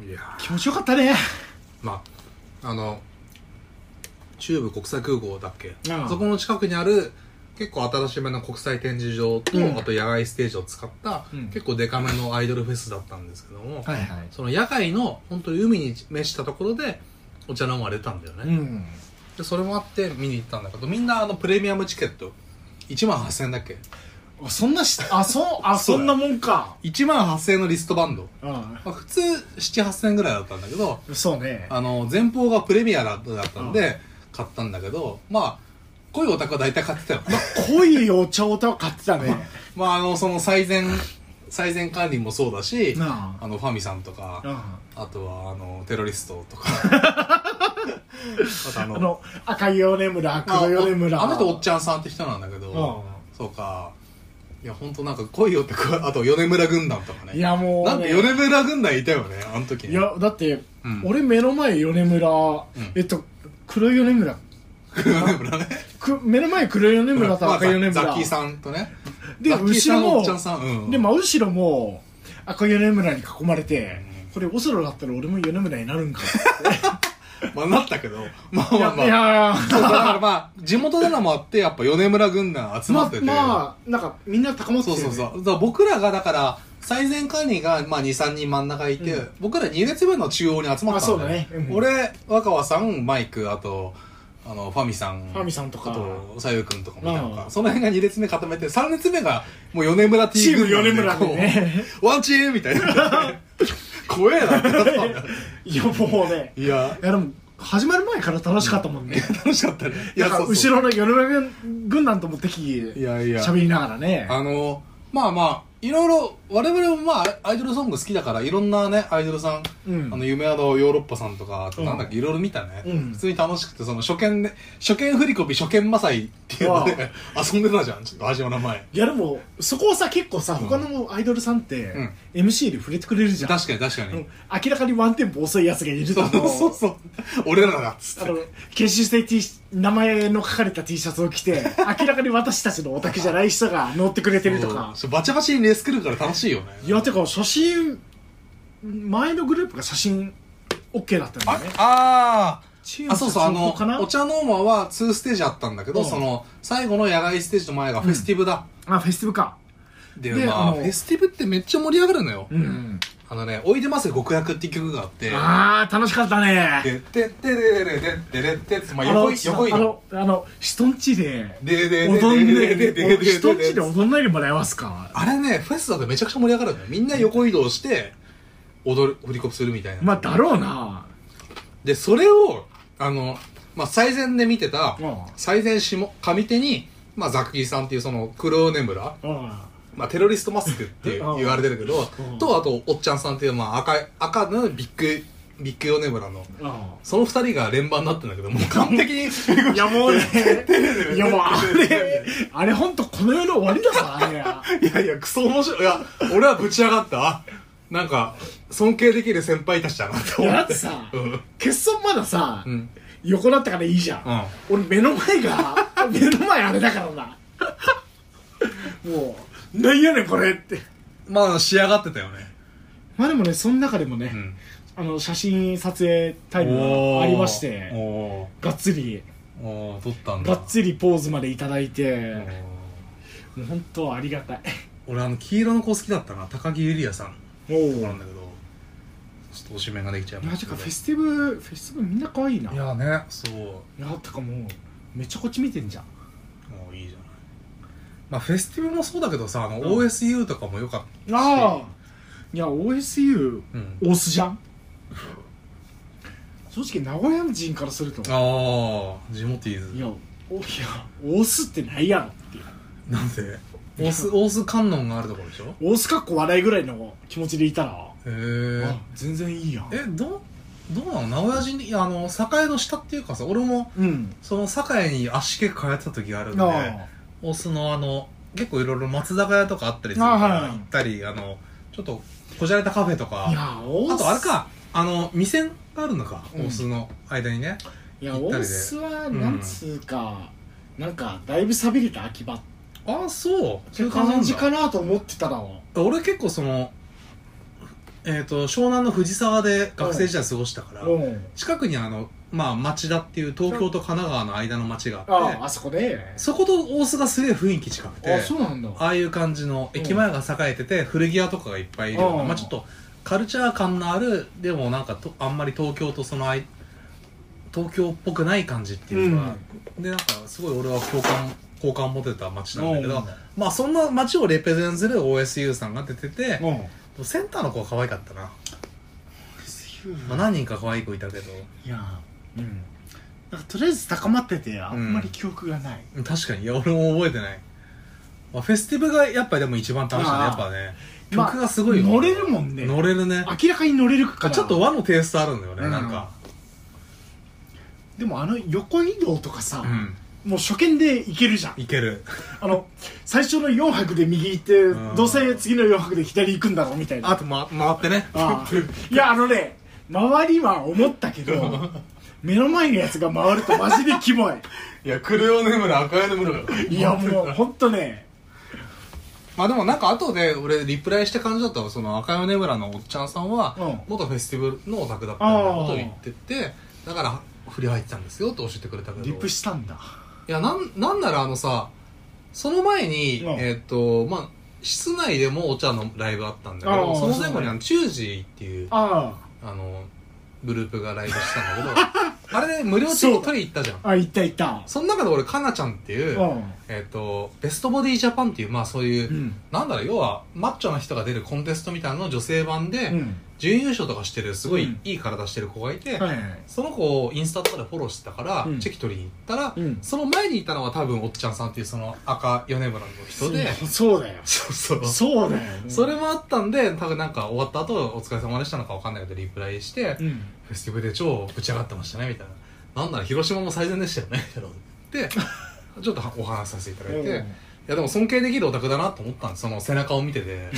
S1: いやー
S2: 気持ちよかったね
S1: まああの中部国際空港だっけ
S2: ああ
S1: そこの近くにある結構新しめの国際展示場と、
S2: うん
S1: あと野外ステージを使った、
S2: うん
S1: 結構デカめのアイドルフェスだったんですけども、
S2: はいはい
S1: その野外の本当に海に面したところでお茶飲まれたんだよね、
S2: うん
S1: でそれもあって見に行ったんだけどみんなあのプレミアムチケット1万8000円だっけ
S2: あそんなしあそ あ
S1: そう
S2: そんなもんか
S1: 1万8000円のリストバンド、
S2: あ
S1: まあ、普通78000円ぐらいだったんだけど
S2: あそうね
S1: あの前方がプレミアだったんで買ったんだけどまあ濃いオタクは大体買ってたよ
S2: 濃いお茶を買ってたね
S1: まああのその最善最善管理もそうだし
S2: なあ
S1: あのファミさんとか
S2: あ
S1: あとはあのテロリスト とかあとあ
S2: あ
S1: の
S2: あの赤い米
S1: ま
S2: 村
S1: あ
S2: 黒米村
S1: あの人おっちゃんさんって人なんだけど
S2: う
S1: そうかいや本当なんか濃いよってこうあと米村軍団とかね
S2: んいやもうね、
S1: なんか米村軍団いたよねあの時ね
S2: いやだって、
S1: うん
S2: 俺目の前米村、
S1: ん
S2: えっと黒い米村
S1: 米村 ね
S2: く目の前黒い米村と
S1: まあ
S2: 赤い米村、
S1: ザザッキーさんとね
S2: で
S1: ザッキーさん
S2: 後ろも
S1: おっちゃんさんうん
S2: で真後ろも赤い米村に囲まれて、
S1: うん
S2: これオスロだったら俺も米村になるんか
S1: まあなったけど まあまあま
S2: い
S1: あ
S2: や
S1: そうだからまあ地元でのもあってやっぱ米村軍団集まっ
S2: ま
S1: てて
S2: まあなんかみんな高まって
S1: そう
S2: た
S1: そうそう
S2: う
S1: だから僕らがだから最前管理が、まあ、23人真ん中いて、
S2: うん
S1: 僕ら2列目の中央に集まったんだよ
S2: あそうだねうん
S1: 俺若葉さんマイクあとあのファミさん
S2: ファミさんとか
S1: あとさゆくんとかもいたのか、
S2: うん
S1: その辺が2列目固めて3列目がもう米村 T
S2: チーム米
S1: 軍
S2: 村
S1: 団で
S2: でね
S1: こうワンチームみたいな怖えなってなったんだよ
S2: いやもうね
S1: いや
S2: いやでも始まる前から楽しかったも んね、
S1: 楽しかったねいや
S2: なんか
S1: そうそう
S2: 後ろの米村軍軍団と持ってき
S1: いやいや
S2: 喋りながらね
S1: あのまあまあいろいろ我々もまあアイドルソング好きだからいろんなねアイドルさん、
S2: うん
S1: あの夢宿ヨーロッパさんとかあとなんだっけ、いろいろ見たね、
S2: うん
S1: 普通に楽しくてその初見で初見振り込み初見マサイっていうので
S2: う
S1: 遊んでたじゃんちょっと味の名前
S2: いやでもそこをさ結構さ
S1: うん
S2: 他のアイドルさんって
S1: うん
S2: MC で触れてくれるじゃん、
S1: 確かに確か
S2: う
S1: に
S2: ん、明らかにワンテンポ遅いやつがいると
S1: そう
S2: 思
S1: そうそう俺らだっつっ
S2: あ
S1: て
S2: の研修生 T シ名前の書かれた T シャツを 着て明らかに私たちのオタクじゃない人が乗ってくれてるとか
S1: そうバチバチにレース来るから楽しいよね
S2: いやてか写真前のグループが写真 OK だったんだ
S1: あ
S2: よね
S1: あー
S2: チーム
S1: あそうそうあ
S2: 写真
S1: の
S2: 法かな
S1: お茶ノーマは2ステージあったんだけど、
S2: うん
S1: その最後の野外ステージの前がフェスティブだ、
S2: あフェスティブか
S1: で
S2: で
S1: まあ
S2: あの
S1: フェスティブってめっちゃ盛り上がるのよ、
S2: うん、
S1: あのね「おいでます極楽」っていう曲があって
S2: ああ楽しかっ
S1: 「
S2: たね
S1: でってってれれれでってれって」まあ
S2: あの
S1: 横い横い
S2: あのあの人んちで
S1: ででで
S2: 踊ん
S1: ででで
S2: で
S1: でで
S2: 人ん
S1: で
S2: ちで
S1: で
S2: 踊んないでもらえますか
S1: あれねフェスだとめちゃくちゃ盛り上がるのよみんな横移動して踊る振り込みするみたいな、
S2: まあだろうな
S1: でそれをあの、まあ、最前で見てた
S2: うん
S1: 最前下上手に、まあ、ザッキーさんっていうその黒ネムラ、
S2: うん
S1: まあ、テロリストマスクっていう
S2: うん
S1: 言われてるけど
S2: うん
S1: とあとおっちゃんさんっていう、まあ、赤い赤のビッグビッグヨネムラの
S2: う
S1: その二人が連番になってんだけど、もう完璧に、
S2: んいやもうねいやもうあれあれ本当この世の終わりだぞあれ
S1: いやいや、クソ面白い。いや、俺はぶち上がった。あなんか、尊敬できる先輩たちだなって
S2: い
S1: 思
S2: やだ
S1: っ。
S2: っててさ
S1: うん。うん。
S2: 決算まださ
S1: うん。
S2: 横だったからいいじゃん俺目の前が目の前あれだからなもうなんやねんこれって
S1: まあ、仕上がってたよね。
S2: まあでもねその中でもね、
S1: うん。
S2: あの写真撮影タイムがありまして
S1: お
S2: がっつり
S1: ーおー撮ったんだ。
S2: がっつりポーズまでいただい
S1: お
S2: て
S1: ー
S2: もう本当ありがたい
S1: 俺、あの、黄色の子好きだったな。高木ゆりやさん。
S2: お
S1: な
S2: お
S1: んだけど、ちょっとおしめができちゃい
S2: い
S1: ま
S2: や
S1: したた
S2: かフ
S1: け
S2: ェスティブフェスティブみんな可愛いな
S1: ど。いやね、そう。
S2: なったかもうめっちゃこっち見てんじゃん
S1: もういいじゃない。まあ、フェスティブもそうだけどさ、あの、
S2: うん
S1: OSU とかもよかったし。
S2: いや OSU
S1: うん。
S2: オスじゃん正直名古屋人からするといや
S1: ああジモティーズ
S2: おいや大須ってないやろっていう
S1: なんで大須大須観音があるところでしょ
S2: 大須かっこ笑いぐらいの気持ちでいたら
S1: へー
S2: あ全然いいやん
S1: えどうどうなの名古屋人でいやあの栄の下っていうかさ俺も
S2: うん
S1: その堺に足毛変えた時があるんで
S2: ああ
S1: お酢のあの結構いろいろ松坂屋とかあったりするか
S2: ああ
S1: ら
S2: はい
S1: 行ったりあのちょっとこじゃれたカフェとか
S2: いや大須
S1: あとあれかあの店があるのか
S2: うん
S1: お酢の間にね
S2: いや
S1: ぴっ
S2: 大
S1: たりで
S2: 須はなんつうか、なんかだいぶ寂れた秋葉っ
S1: ああそうそう
S2: て
S1: いう感
S2: 感
S1: じ
S2: じ
S1: か
S2: かなと思ってたの
S1: 俺結構そのえっと湘南の藤沢で学生時代過ごしたから
S2: うん
S1: 近くにあのまあ町田っていう東京と神奈川の間の町が
S2: あ
S1: あって
S2: ああそこで
S1: そこと大須がすげえ雰囲気近くて
S2: あそうなんだ
S1: ああいう感じの
S2: うん
S1: 駅前が栄えてて古着屋とかがいっぱいいるような
S2: うん
S1: まあちょっとカルチャー感のあるでもなんかとあんまり東京とそのあい東京っぽくない感じっていうか、でなんかすごい俺は共感好感持てた街なんだけど、
S2: うん
S1: まあそんな街をレペゼンする OSU さんが出てて
S2: う、ん
S1: センターの子は可愛かったな、まあ、何人か可愛い子いたけど
S2: いやうんなんかとりあえず高まっててあんまり記憶がない、
S1: 確かにいや俺も覚えてない、まあ、フェスティブがやっぱでも一番楽しいね
S2: ああ
S1: やっぱね
S2: まあ
S1: 曲がすごいよ、
S2: 乗れるもんね
S1: 乗れるね
S2: 明らかに乗れるか
S1: あ
S2: ら
S1: ちょっと和のテイストあるんだよね、
S2: うん
S1: なんか、
S2: でもあの横移動とかさ、
S1: うん、
S2: もう初見で行けるじゃん
S1: いける
S2: あの最初の4拍で右行って、
S1: うん
S2: どうせ次の4拍で左行くんだろうみたいな
S1: あと、ま、回ってね
S2: ああいやあのね周りは思ったけど目の前のやつが回るとマジでキモい
S1: いやクレヨ眠る赤い眠る
S2: いやもうほんとね
S1: まあでもなんか後で俺リプライした感じだったわその赤米村のおっちゃんさんは
S2: うん
S1: 元フェスティブルのオタクだったみたいなことを言っててだから振り入ってたんですよって教えてくれたけど
S2: リップしたんだ
S1: いやなんなんならあのさその前に、
S2: うん
S1: えーっとまあ室内でもお茶のライブあったんだけ
S2: あ
S1: ど
S2: あ
S1: その前後にあ
S2: そうな
S1: のチュージーっていう
S2: あ
S1: あのグループがライブしたんだけ どあれで無料チケット取り行ったじゃん
S2: ああ行った行った
S1: その中で俺かなちゃんっていう、
S2: うん
S1: えっ、とベストボディジャパンっていうまあそういう、
S2: うん
S1: なんだろう要はマッチョな人が出るコンテストみたいなのの女性版で、
S2: うん
S1: 準優勝とかしてるすご
S2: う
S1: い
S2: ん
S1: いい体してる子がいて、
S2: はいはい
S1: その子をインスタとかでフォローしてたから、
S2: うん
S1: チェキ取りに行ったら、
S2: うん
S1: その前にいたのは多分おっちゃんさんっていうその赤米村の人で
S2: そうそうだよ
S1: そうそう
S2: そうだよ
S1: それもあったんで多分なんか終わった後お疲れ様でしたのかわかんないけどリプライして、
S2: うん
S1: フェスティブで超ぶち上がってましたねみたいななんなら広島も最善でしたよねみたいなこと言ってちょっとお話しさせていただいて、
S2: うん
S1: いやでも尊敬できるオタクだなと思ったんですその背中を見てて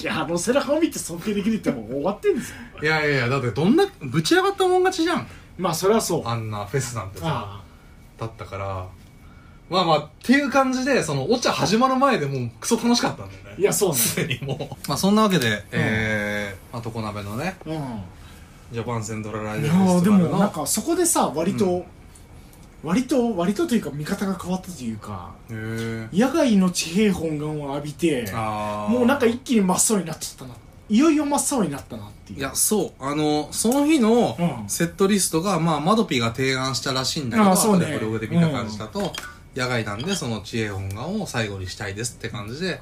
S2: いやあの背中を見て尊敬できるってもう終わってんですよ
S1: いやいやいやだってどんなぶち上がったもん勝ちじゃん
S2: まあそれはそう
S1: あんなフェスなんてさ
S2: あ
S1: だったからまあまあっていう感じでそのお茶始まる前でもうクソ楽しかったんだよ
S2: い
S1: ね
S2: やそう
S1: すでにもうまあそんなわけで、えーまあ、常鍋のね
S2: ねうん
S1: ジャパンセントラライ
S2: い
S1: ブ
S2: や
S1: フェ
S2: ー
S1: ステ
S2: で
S1: ィバルの
S2: もなんかそこでさ割と、
S1: うん
S2: 割と割とというか見方が変わったというか
S1: へー
S2: 野外の地平本願を浴びて
S1: あー
S2: もうなんか一気に真っ青になっちゃったないよいよ真っ青になったなっていう
S1: いや、そう。あの、その日の
S2: うん
S1: セットリストが、まあ、マドピーが提案したらしいんだけど、
S2: あそうね
S1: 後でブログで見た感じだと、野外なんで、その知恵本願を最後にしたいですって感じで、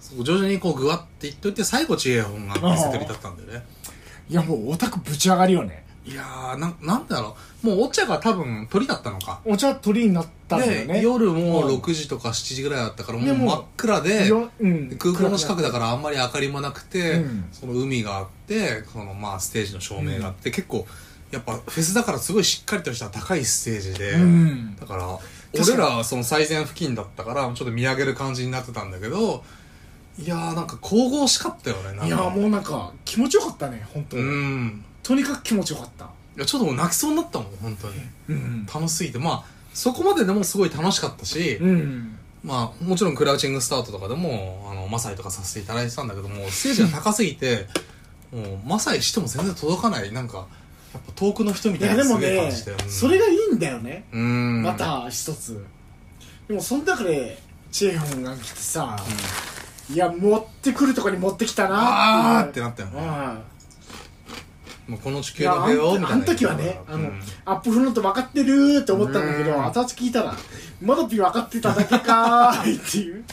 S1: そう徐々にこう、ぐわっていっといて、最後知恵本願ってセットリだったんだよね。
S2: いやもうオタクぶち上がるよね
S1: いやー、なん、なんだろう。もう、お茶が多分鳥だったのか。
S2: お茶鳥になったんだよ
S1: で、
S2: ね
S1: 夜も
S2: うん
S1: 6時とか7時ぐらいだったから、も
S2: で
S1: う
S2: も
S1: 真っ暗で、
S2: ようん
S1: 空港の近くだからあんまり明かりもなくて、
S2: うん
S1: その海があってそのまあステージの照明があって、結構やっぱフェスだからすごいしっかりとした高いステージで、
S2: うん
S1: だから
S2: 確か
S1: 俺
S2: に
S1: らはその最前付近だったからちょっと見上げる感じになってたんだけどいやーなんか神々しかったよねなんか
S2: いやもうなんか気持ちよかったね本当、
S1: うん
S2: とにかく気持ちよかった
S1: いやちょっともう泣きそうになったもん本当に
S2: うん
S1: 楽しすぎてまあそこまででもすごい楽しかったし、
S2: うん
S1: まあ、もちろんクラウチングスタートとかでも、あの、マサイとかさせていただいてたんだけども、ステージが高すぎて、もう、マサイしても全然届かない、なんか、やっぱ遠くの人み
S2: い
S1: たい
S2: や
S1: な
S2: でも
S1: すげえ
S2: ね
S1: 感じで。うん
S2: それがいいんだよね
S1: うん。
S2: ま。た一つでもその中でチェーホンが来てさ、いや持ってくるとこに持ってきたな
S1: あー
S2: っ
S1: ってて
S2: いう
S1: なったよ
S2: う
S1: ね。
S2: ん
S1: もうこの地
S2: い
S1: 球
S2: や
S1: の
S2: あ
S1: 平和を
S2: ん
S1: みたい
S2: たあ
S1: な。
S2: ん時はね、
S1: うん
S2: あのアップフロント分かってるーって思ったんだけ
S1: う
S2: ど
S1: ん
S2: 後々聞いたらマドピー分かってただけかーいって いう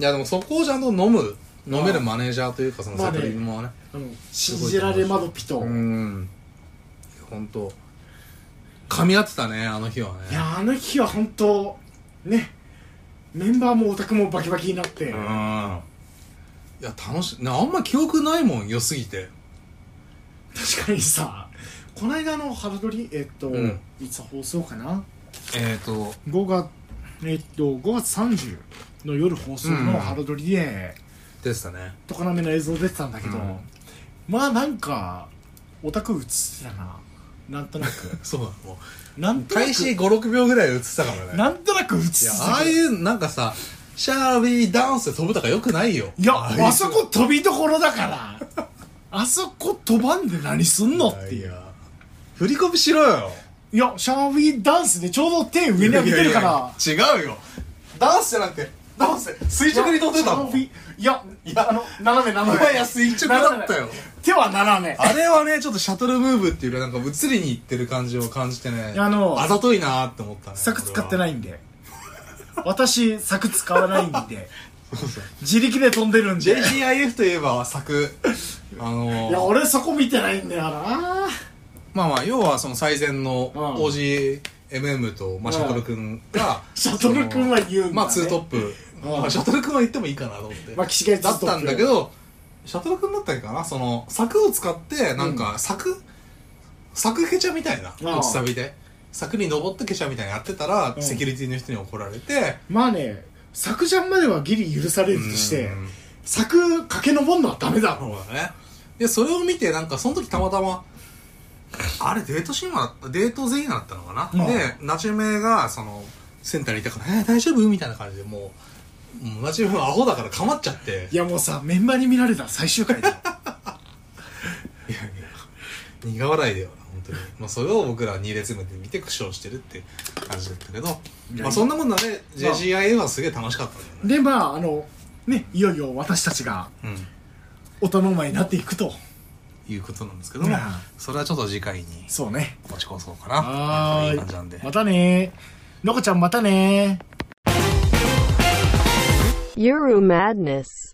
S1: いや、でもそこをちゃんと飲む、飲めるマネージャーというか、その
S2: まあ
S1: セ
S2: ね
S1: トリもね。
S2: うん信じられマドピーと、
S1: うん。本当噛み合ってたねあの日はね
S2: いやあの日は本当ねメンバーもオタクもバキバキになって、
S1: うんいや楽しいなあんま記憶ないもん良すぎて
S2: 確かにさこの間のハルドリえっと、
S1: うん
S2: いつ放送かな
S1: えっ、ー、と
S2: 5月えっと5月30の夜放送
S1: うん
S2: のハルドリで、
S1: でしたね
S2: トカナメの映像出てたんだけど、
S1: うん
S2: まあなんかオタク映ってたななんとな く
S1: そうだも
S2: なん
S1: う
S2: とな
S1: 開
S2: く
S1: 始56秒ぐらい映ってたからね
S2: なんとなく映って
S1: いや
S2: た
S1: ああいうなんかさ「シャービーダンス」で飛ぶとかよくないよ
S2: いや
S1: い
S2: あそこ飛びどころだからあそこ飛ばんで何すんのっていう
S1: やや振り込みしろよ
S2: いやシャービーダンスでちょうど手上に上げてるから
S1: いやいやいや違うよダンスじゃなくてダンス垂直に飛んでたもん
S2: いや、
S1: いや
S2: あの、斜め斜め。
S1: いやいや垂直だったよ
S2: 手は斜め。
S1: あれはねちょっとシャトルムーブっていうかなんか移りに行ってる感じを感じてね
S2: あの
S1: あざといなーって思ったね
S2: 柵使ってないいんで。私、柵使わないんで。自力で飛んでるんで。い
S1: JGIF といえば柵あの
S2: や、
S1: ー、
S2: 俺そこ見てないんだよな。
S1: まあまあ要はその最善の
S2: うん
S1: OGMM と、まあ、
S2: うん
S1: シャトルくんが
S2: シャトルくんは言うんだ、ね。
S1: まあツートップ、
S2: うん
S1: まあ、シャトルくんは言ってもいいかなと思って、
S2: まあ、岸が
S1: だったんだけ。どシャトルくんだったりかなその柵を使ってなんか柵、柵ケチャみたいな
S2: ああ
S1: 落ちサビで柵に登ってケチャみたいなやってたら、
S2: うん
S1: セキュリティの人に怒られて
S2: まあね、柵ちゃんまではギリ許されるとして
S1: うん、
S2: 柵駆け上るのはダメだろ。
S1: そうだねでそれを見てなんかその時たまたまあれデートシーンはデート全員だったのかな、
S2: うん
S1: でナチュメがそのセンターにいたから「えー大丈夫?」みたいな感じでもうもうナチュメアホだからかまっちゃって
S2: いやもうさ、メンバーに見られた最終回だよ。
S1: いやいや苦笑いだよな本当に、まあ、それを僕ら2列目で見て苦笑してるって感じだったけど
S2: いや
S1: まあ、そんなもんだね
S2: まあ
S1: JGIA はすげえ楽しかったんだよね
S2: で、まあ、あの、ね、いよいよ私たちが
S1: うん
S2: 大人前になっていくと。
S1: いうことなんですけども
S2: いや
S1: それはちょっと次回に
S2: そうね。
S1: 持ち越そうかな
S2: はーい
S1: いい感じなんで
S2: またねー。のこちゃんまたねー。
S3: Euro Madness.